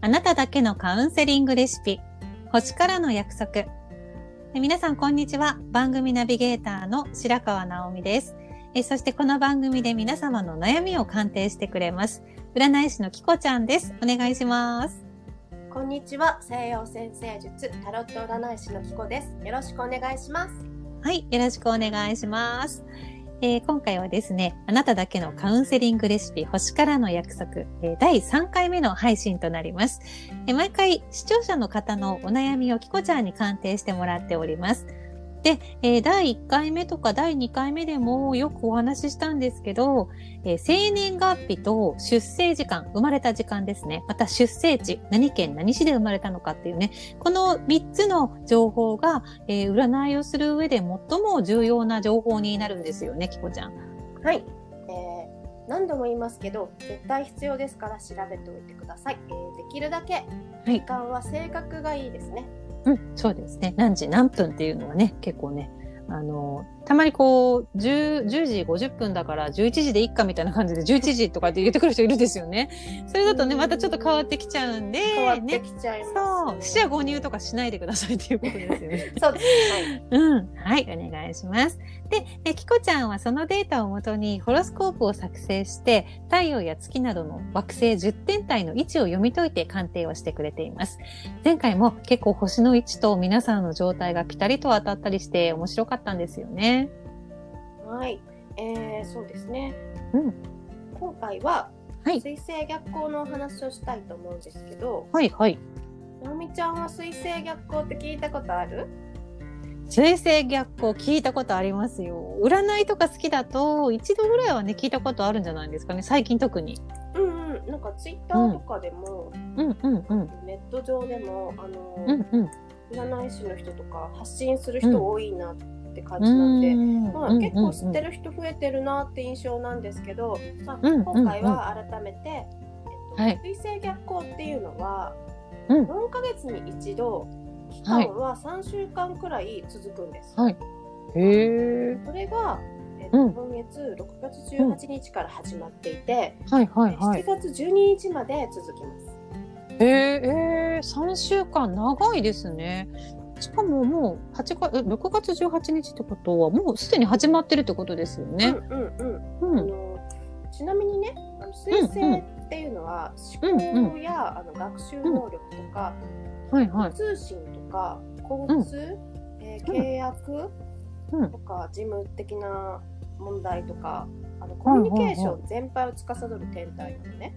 あなただけのカウンセリングレシピ星からの約束え皆さんこんにちは番組ナビゲーターの白川直美ですえそしてこの番組で皆様の悩みを鑑定してくれます占い師のきこちゃんですお願いしますこんにちは西洋先生術タロット占い師のきこですよろしくお願いしますはい、よろしくお願いします。えー今回はですね、あなただけのカウンセリングレシピ、星からの約束、えー第3回目の配信となります、えー毎回視聴者の方のお悩みをキコちゃんに鑑定してもらっております。で、えー第1回目とか第2回目でもよくお話ししたんですけど、えー生年月日と出生時間、生まれた時間ですね。また出生地、何県何市で生まれたのかっていうね、この3つの情報がえー占いをする上で最も重要な情報になるんですよね、キコちゃん。はい、えー、何度も言いますけど絶対必要ですから調べておいてください、えー、できるだけい時間は正確がいいですねうん、そうですね。何時何分っていうのはね、結構ね、あの、たまにこう、10, 10時50分だから11時でいっかみたいな感じで11時とかって言ってくる人いるんですよね。それだとね、うんまたちょっと変わってきちゃうんで、変わってね。きちゃいそう、ま死す、者誤入とかしないでくださいっていうことですよね。そうですはいうん。はい、お願いします。で、えキコちゃんはそのデータをもとにホロスコープを作成して、太陽や月などの惑星10天体の位置を読み解いて鑑定をしてくれています。前回も結構星の位置と皆さんの状態がピタリと当たったりして面白かったんですよね。はい、えー、そうですねうん今回ははい。水星逆行のお話をしたいと思うんですけど、はい、はい。なおみちゃんは水星逆行って聞いたことある水星逆行聞いたことありますよ。占いとか好きだと一度ぐらいはね、聞いたことあるんじゃないですかね。最近特に。うんうん、なんかツイッターとかでも、うん、うん、うん。ネット上でもあの、うん、うん。占い師の人とか発信する人多いなって感じなんで、まあ、うん結構知っうんてる人増えてるなって印象なんですけど、まあ、うん今回は改めて、えっとはい水星逆行っていうのは、うん4ヶ月に一度期間は3週間くらい続くんです。はいへえ。それが、えっとうん今月6月18日から始まっていて、はいはいはい。 7月12日まで続きます。へえ、三週間長いですね。しかももう八月え六月十八日ってことはもうすでに始まってるってことですよね。うんうんうんうあんのちなみにねあの水星っていうのはうん思考や、あの学習能力とか、はいはい。通信とか交通、えーうん契約うんとか事務的な問題とかあのコミュニケーション全般を司る天体なのね。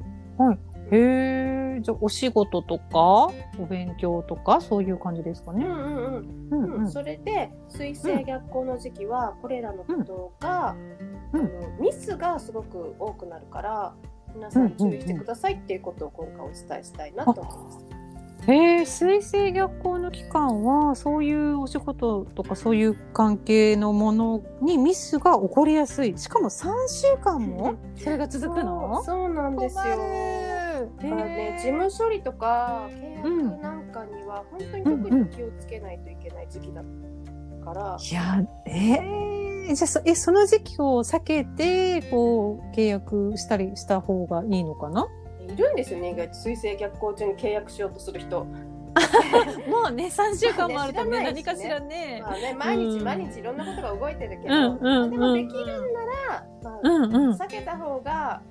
へえ。じゃあお仕事とかお勉強とかそういう感じですかうんね。うんううんんう、うんん。それで水星逆行の時期はこれらのことが、うんあのミスがすごく多くなるから皆さん注意してくださいっていうことを今回お伝えしたいなと思います。へえ。水星逆行の期間はそういうお仕事とかそういう関係のものにミスが起こりやすい。しかも三週間もそれが続くの？そうそうなんですよ。困るだからね、事務処理とか契約なんかには本当に特に気をつけないといけない時期だから、いや、えー、じゃあそえその時期を避けてこう契約したりした方がいいのかないるんですよね意外と水星逆行中に契約しようとする 人。もうね3週間もあるとね何かしらねまあね、毎日うん毎日いろんなことが動いてるけど、うんうんうんうんでもできるんなら、まうんうんあ、避けた方が、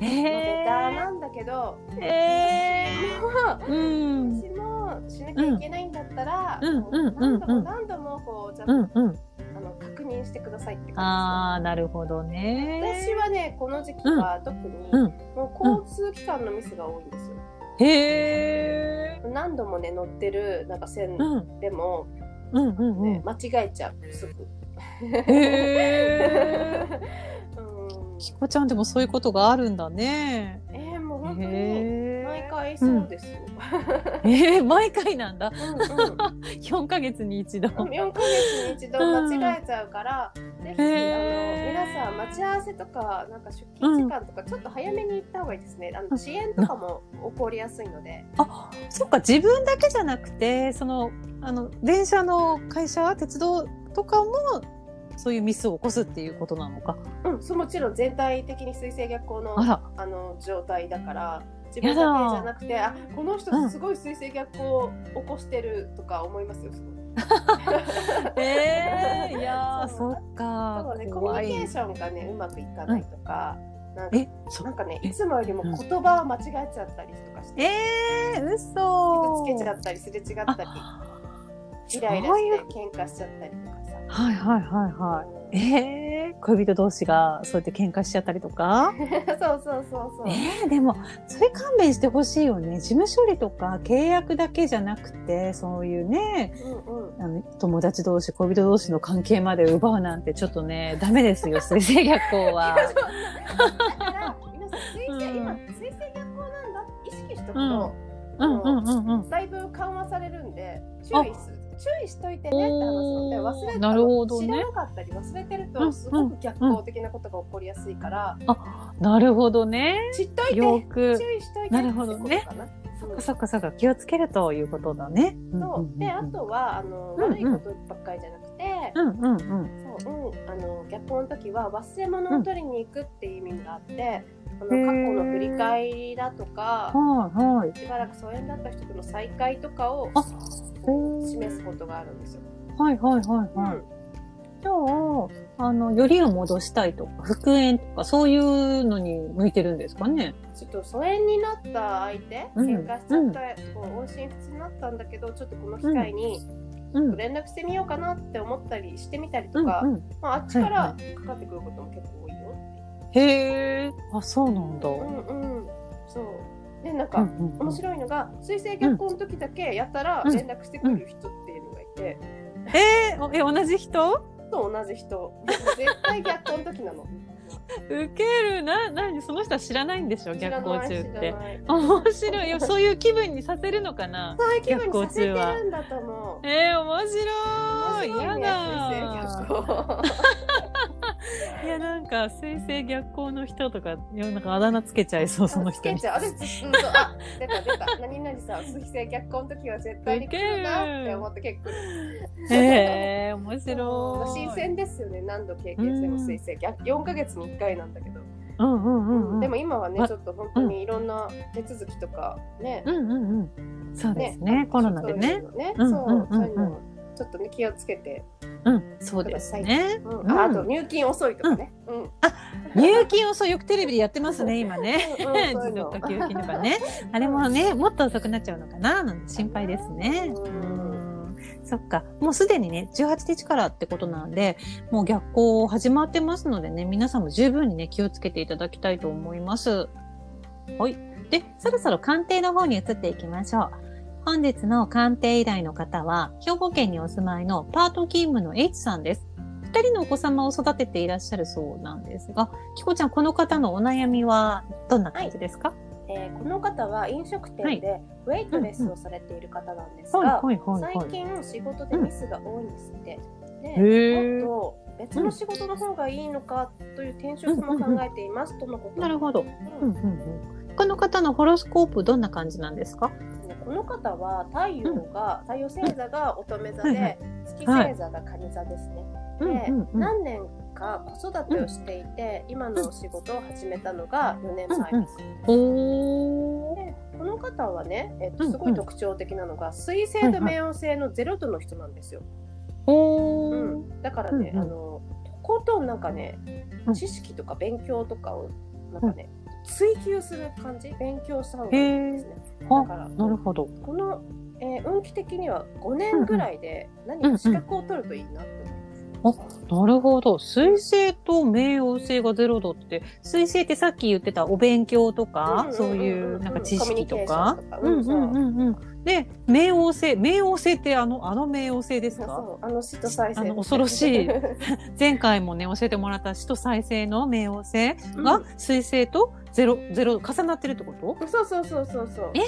へベえターなんだけど、えうん私もしなきゃいけないんだったら、うんもうんうん何度うもん何度もこうちゃんうと、んうんあの確認してくださいって感じですね。ああなるほどね私はねこの時期は特に、うんもう交通機関のミスが多いんですよ、へえ何度もね乗ってるなんか線うんでも、うんうんうねん間違えちゃうすぐ、 へえうんきこちゃんでもそういうことがあるんだねえー、もう本当に毎へ回そうですよ、ええー毎回なんだうんうん4ヶ月に一度4ヶ月に一度間違えちゃうから、ぜひあへーの皆さん待ち合わせとかなんか出勤時間とかちょっと早めに行った方がいいですねあの遅延とかも起こりやすいのであそっか自分だけじゃなくてそのあの電車の会社鉄道とかもそういうミスを起こすっていうことなのかうん、そうもちろん全体的に水星逆行のあらあの状態だから自分だけじゃなくてあこの人すごい水星逆行を起こしてるとか思いますよすごい。えー、いやーそっかそうね、コミ怖ュいニケーションがねうまくいかないとか、なんかえそなんかねえいつもよりも言葉を間違えちゃったりとかして、えー、傷嘘つけちゃったりすれ違ったりイライラそういうして喧嘩しちゃったりとかさ。はいはいはいはいえー、恋人同士がそうやって喧嘩しちゃったりと か そうそうそうそう。えー、でもそれ勘弁してほしいよね事務処理とか契約だけじゃなくてそういうねうんうん。あの友達同士恋人同士の関係まで奪うなんてちょっとねダメです よ水星逆行は。だから皆さん水星、うん今水星逆行なんだって意識しとくうんと、うんうんうんうんだいぶ緩和されるんで注意す注意しといてねって話なので忘れおーなるほどね知らなかったり忘れてるうんうとんすごく逆行的なことが起こりやすいから、なるほどね。知っといてよく。注意しといてなるほどねってことかな。うんそっかそっか気をつけるということだね。そうであとはあの、うんうん悪いことばっかりじゃなくて、うんうんうん。そううん、あの逆行の時は忘れ物を取りに行くっていう意味があって、んあの過去の振り返りだとか、はいはい。しばらく疎遠だった人との再会とかをあ示すことがあるんですよ。はいはいはいはい。じゃあ、あの、よりを戻したいとか、復縁とか、そういうのに向いてるんですかね。ちょっと疎遠になった相手、うん喧嘩しちゃった、こう音信不通になったんだけどちょっとこの機会にうん。連絡してみようかなって思ったりしてみたりうとんか、うん。まあ、あっちかはらかかってくることも結構多いよ。へえ。あ、そうなんだ。うんうん、そうでなんか、うん面白いのが水星逆行の時だけやたら連絡してくる人っていうのがいて、えー、おえ、同じ人と同じ人絶対逆行の時な のウケる。な、なに、その人は知らないんでしょ知ら逆行ない中っ知らて。ない面白いよ。そういう気分にさせるのかな。そういう気分にさせてるんだと思うえー、面白い。面白やいねだ。水星逆行いやなんか水星逆行の人とか世の中あだ名つけちゃいそうその人つけにち。ゃうあれずっとあ出た出た何々さ水星逆行の時は絶対に来るなって思って結構えー、面白い。新鮮ですよね何度経験しても水星逆4ヶ月に1回なんだけどうんうんうんうん。でも今はねあちょっと本当にいろんな手続きとかね、うんうんうん。そうですね。あコロナでね。そういうのね、うんそううんうんうんそういうのちょっとね気をつけて、うん、そうですね。うんうんああと入金遅いとかね、うん入金遅いよくテレビでやってますね、今ね。うんう んそうい持う続の化給付金とかね。あれもね、もっと遅くなっちゃうのかな、なんて心配ですね。ううんんそっか。もうすでにね、18日からってことなんで、もう逆行始まってますのでね、皆さんも十分にね、気をつけていただきたいと思います。はい。で、そろそろ鑑定の方に移っていきましょう。本日の鑑定依頼の方は、兵庫県にお住まいのパート勤務の H さんです。二人のお子様を育てていらっしゃるそうなんですが、きこちゃん、この方のお悩みはどんな感じですか、えーこの方は飲食店でウェイトレスをされている方なんですが、い最近仕事でミスが多いんですって、へでーもっと別の仕事の方がいいのかという転職も考えています、とのことなるほど。うんうんうんうん、この方のホロスコープどんな感じなんですかこの方は太陽が、太陽星座が乙女座で、はいはい月星座が蟹座ですね。で、ん何年か子育てをしていて、今のお仕事を始めたのが4年前です。おーでこの方はね、えうっんうと、んすごい特徴的なのが、水星と冥王星のゼロ度の人なんですよ。おうーん、だからね、うんうんあのとことんなんかねうん知識とか勉強とかをなんかね、追求する感じ勉強した方がいいですね。だあからなるほど。この、えー運気的には5年ぐらいで何か資格を取るといいなって思います。なるほど。水星と冥王星がゼロ度って、水星ってさっき言ってたお勉強とか、うんうんうんうんそういうなんか知識とかコミュニケーションとか。うんうんうんうん。で、冥王星、冥王星ってあの、あの冥王星ですそうかそうあの死と再生あの恐ろしい前回もね、教えてもらった死と再生の冥王星が水星とゼロ、ゼロ、重なってるってことうんそうそうそうそうそうえ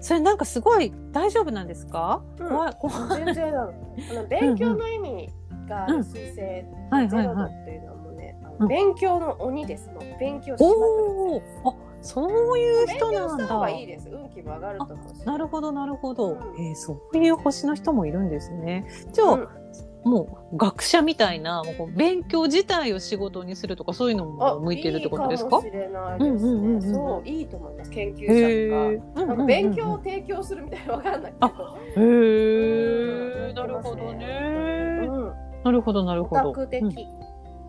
それなんかすごい大丈夫なんですか？うん怖い怖い。全然なのあの勉強の意味があうんる水星ゼはいはいロ度はい。っていうのもねあのうん勉強の鬼ですもん勉強しまくるおお。あ、そういう勉人強なしんた方がいいだ。です運気も上がると思うしなるほどなるほどう。んえーそういう星の人もいるんですね。じゃあ、うんもう学者みたいなもうこう勉強自体を仕事にするとかそういうのも向いてるってことですかいいかもしれないですうんね、うんうんうんそういいと思います研究へ者とか。ーなんか勉強を提供するみたいなわかんないけど、へえなるほどねうん、なるほどなるオほどタク的、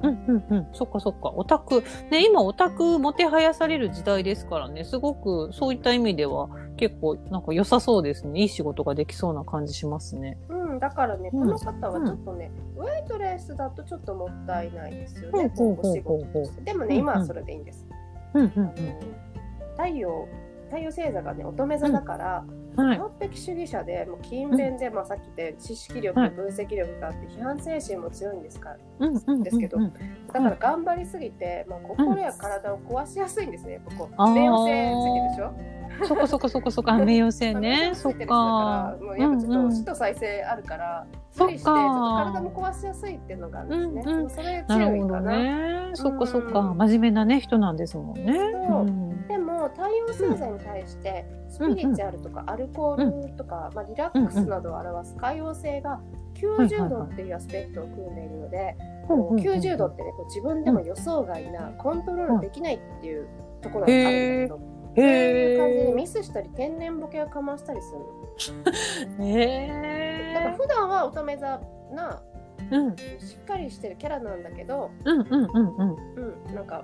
うんうんうん、そっかそっかオタク、ね、今オタクもてはやされる時代ですからねすごくそういった意味では結構なんか良さそうですねいい仕事ができそうな感じしますね。うん、だからね、うんこの方はちょっとね、ウェイトレスだとちょっともったいないですよほうね、ほうこうほうお仕事として。でもね、うん今はそれでいいんです。うんうあの太陽太陽星座がね乙女座だから、んはい、完璧主義者でもう勤勉で、まあ、さっき言った知識力はい分析力があって批判精神も強いんですからうんうんうんうんですけどだから頑張りすぎて、まあ、心や体を壊しやすいんですねやっぱこう冥王星ついてるでしょそこそこそこそこ 名誉星ねそっだかからもうやっぱちょっとうんうん死と再生あるから、そっか無理してちょっと体も壊しやすいっていうのがあるんですね、うんうんそれな強るいほかどな、ねそっかそっかうん真面目なね人なんですもんね。そううんでも太陽星座に対してスピリチュアルとかアルコールとか、まあ、リラックスなどを表す海王星が90度っていうアスペクトを組んでいるので、こう90度ってねこう自分でも予想外なコントロールできないっていうところがあるんだけど、へそういう感じでえミスしたり天然ボケをかましたりするの。へだからえ普段は乙女座なうんしっかりしてるキャラなんだけど、うんうんうんうんうん、なんか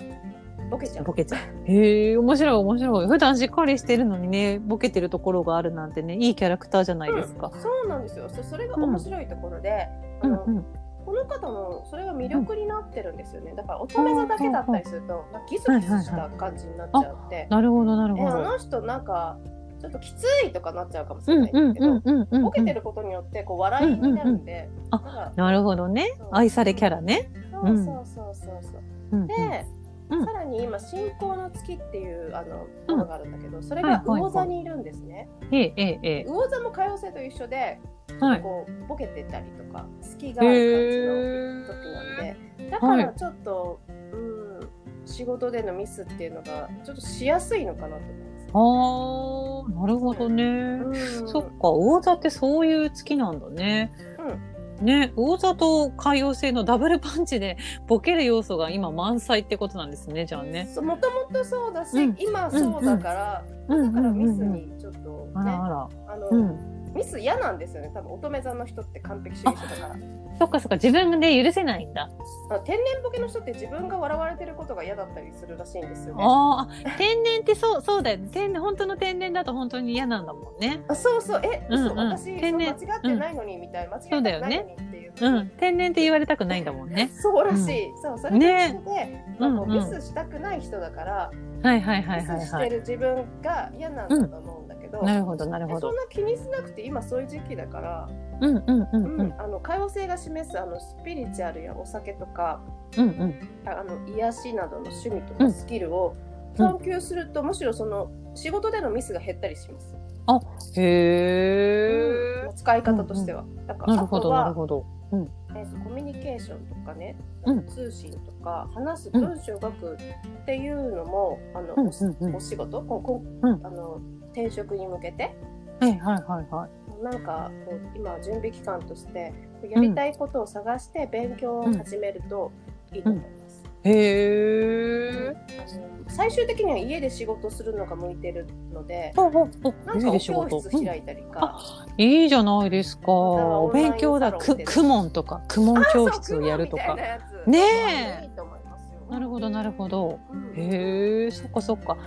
ボケちゃうボ。ケちゃう。へえ、面白い面白い。普段しっかりしてるのにね、ボケてるところがあるなんてね、いいキャラクターじゃないですかうん。そうなんですよ。そそれが面白いところで、うあんのうん。この方もそれが魅力になってるんですよね。だから乙女座だけだったりすると、まあ、ギスギスした感じになっちゃって、なるほどなるえほあど。の人なんかちょっときついとかなっちゃうかもしうれんなういんんですけうんど、うんうん。ボケてることによってこう笑いになるんで、うんうんうんあなんかなるほどね。愛されキャラね。そううんそうそうそうそう。うんうんで、うんさらに今信仰の月っていうあのうんものがあるんだけど、それはいがはいはい魚座にいるんですね。えええええ魚座も海王星と一緒で、え。はい。こうボケてたりとか隙があるへ感じの時なんえ。で、だからちょっと、うん仕事でのミスっていうのがちょっとしやすいのかなと思いああ、なるほどね。ます。うんそっか、魚座ってそういう月なんだね。ね、魚座と海洋星のダブルパンチで ボケる要素が今満載ってことなんですね、じゃあね。そうもともとそうだし、うん今そうだから、うんだからミスにちょっとね、あらあら。あの、うん。ミス嫌なんですよね多分乙女座の人って完璧主義者だからそっかそっか自分で許せないんだ。あ天然ボケの人って自分が笑われてることが嫌だったりするらしいんですよねあーあ天然ってそうそうだよね天然本当の天然だと本当に嫌なんだもんね。あそうそうえ、うんうん嘘私そう天間違然ってないのにみたいな、間違ってないのにっていううん天然って言われたくないんだもんね。そうらしい、そうそれと一緒で、まあこううんうんミスしたくない人だから、はいはいはいはミいスしはてい。る自分が嫌なんだと思うんだけど、なるほどなるほそどん。な気にしなくて今そういう時期だから、うんうんううんんうんあの可用性が示すあのスピリチュアルやお酒とかうんうん。あの癒しなどの趣味とうかんスキルを探求すると、むしろその仕事でのミスが減ったりします、へえまあ。使い方としては。だからなるほあとどはなるほど。えーとコミュニケーションとかね、うん通信とか話す文章を書くっていうのも、あのうんおしうんうんお仕事こうこううんあの転職に向けてはいはいはいはい。なんかこう今は準備期間としてやりたいことを探して勉強を始めるといいと思います。へえ。あの最終的には家で仕事するのが向いてるのでほうほうほなう。んいかいおで仕教事。室うん開いたりか、いいじゃないですか。はおオンライン勉強だ。サロンみたいくなくもんとかくもん教室をやるとそうかクマみたいな。やつねえいいと思いますよ。なるほどなるほど。うんへえ、そっかそっか。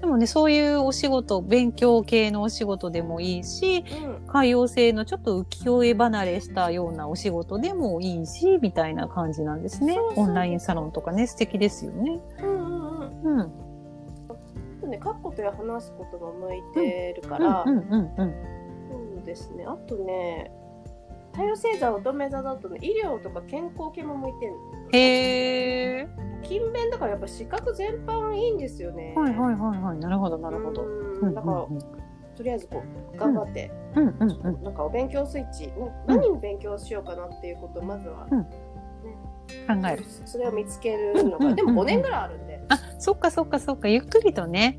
でもね、そういうお仕事、勉強系のお仕事でもいいし、うん海洋性のちょっと浮世絵離れしたようなお仕事でもいいし、みたいな感じなんですね。そうそうオンラインサロンとかね、素敵ですよね。うんうんうんうん。うんね、書くことや話すことも向いてるから、うんうんうん。そうですねあとね太陽星座乙女座だとね医療とか健康系も向いてるへえ。勤勉だからやっぱ資格全般いいんですよねはいはいはいはい。なるほどなるほど。うんうんだから、とりあえずこう頑張って、うんうんうんうん。なんかお勉強スイッチなうん何に勉強しようかなっていうことをまずは、うん考える。それを見つけるのうんうんうんうがんでも5年ぐらいあるんであ、そっかそっかそっか。ゆっくりとね。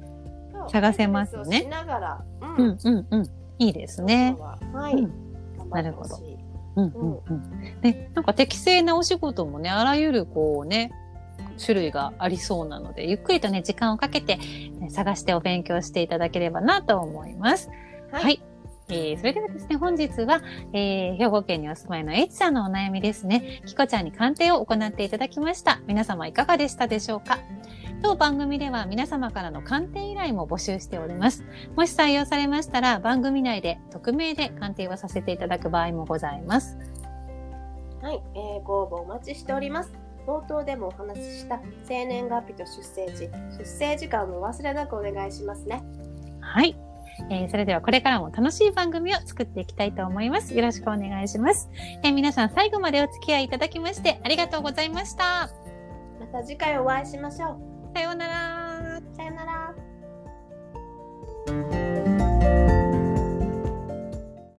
探せますねそうしながら、うんうんうん。いいですね。は、はいうん頑張ってほしいなるほうんうんうん。ね、なんか適正なお仕事もね、あらゆるこうね、種類がありそうなので、ゆっくりとね、時間をかけて、ね探してお勉強していただければなと思います。は、はいえいーそれではですね、本日は、えー兵庫県にお住まいの H さんのお悩みですね、キコちゃんに鑑定を行っていただきました。皆様いかがでしたでしょうか当番組では皆様からの鑑定依頼も募集しております。もし採用されましたら、番組内で匿名で鑑定をさせていただく場合もございます。はい、えー、ご応募お待ちしております。冒頭でもお話しした生年月日と出生時、出生時間もお忘れなくお願いしますね。はい。えーそれではこれからも楽しい番組を作っていきたいと思います。よろしくお願いします。えー皆さん最後までお付き合いいただきましてありがとうございました。また次回お会いしましょう。さようなら。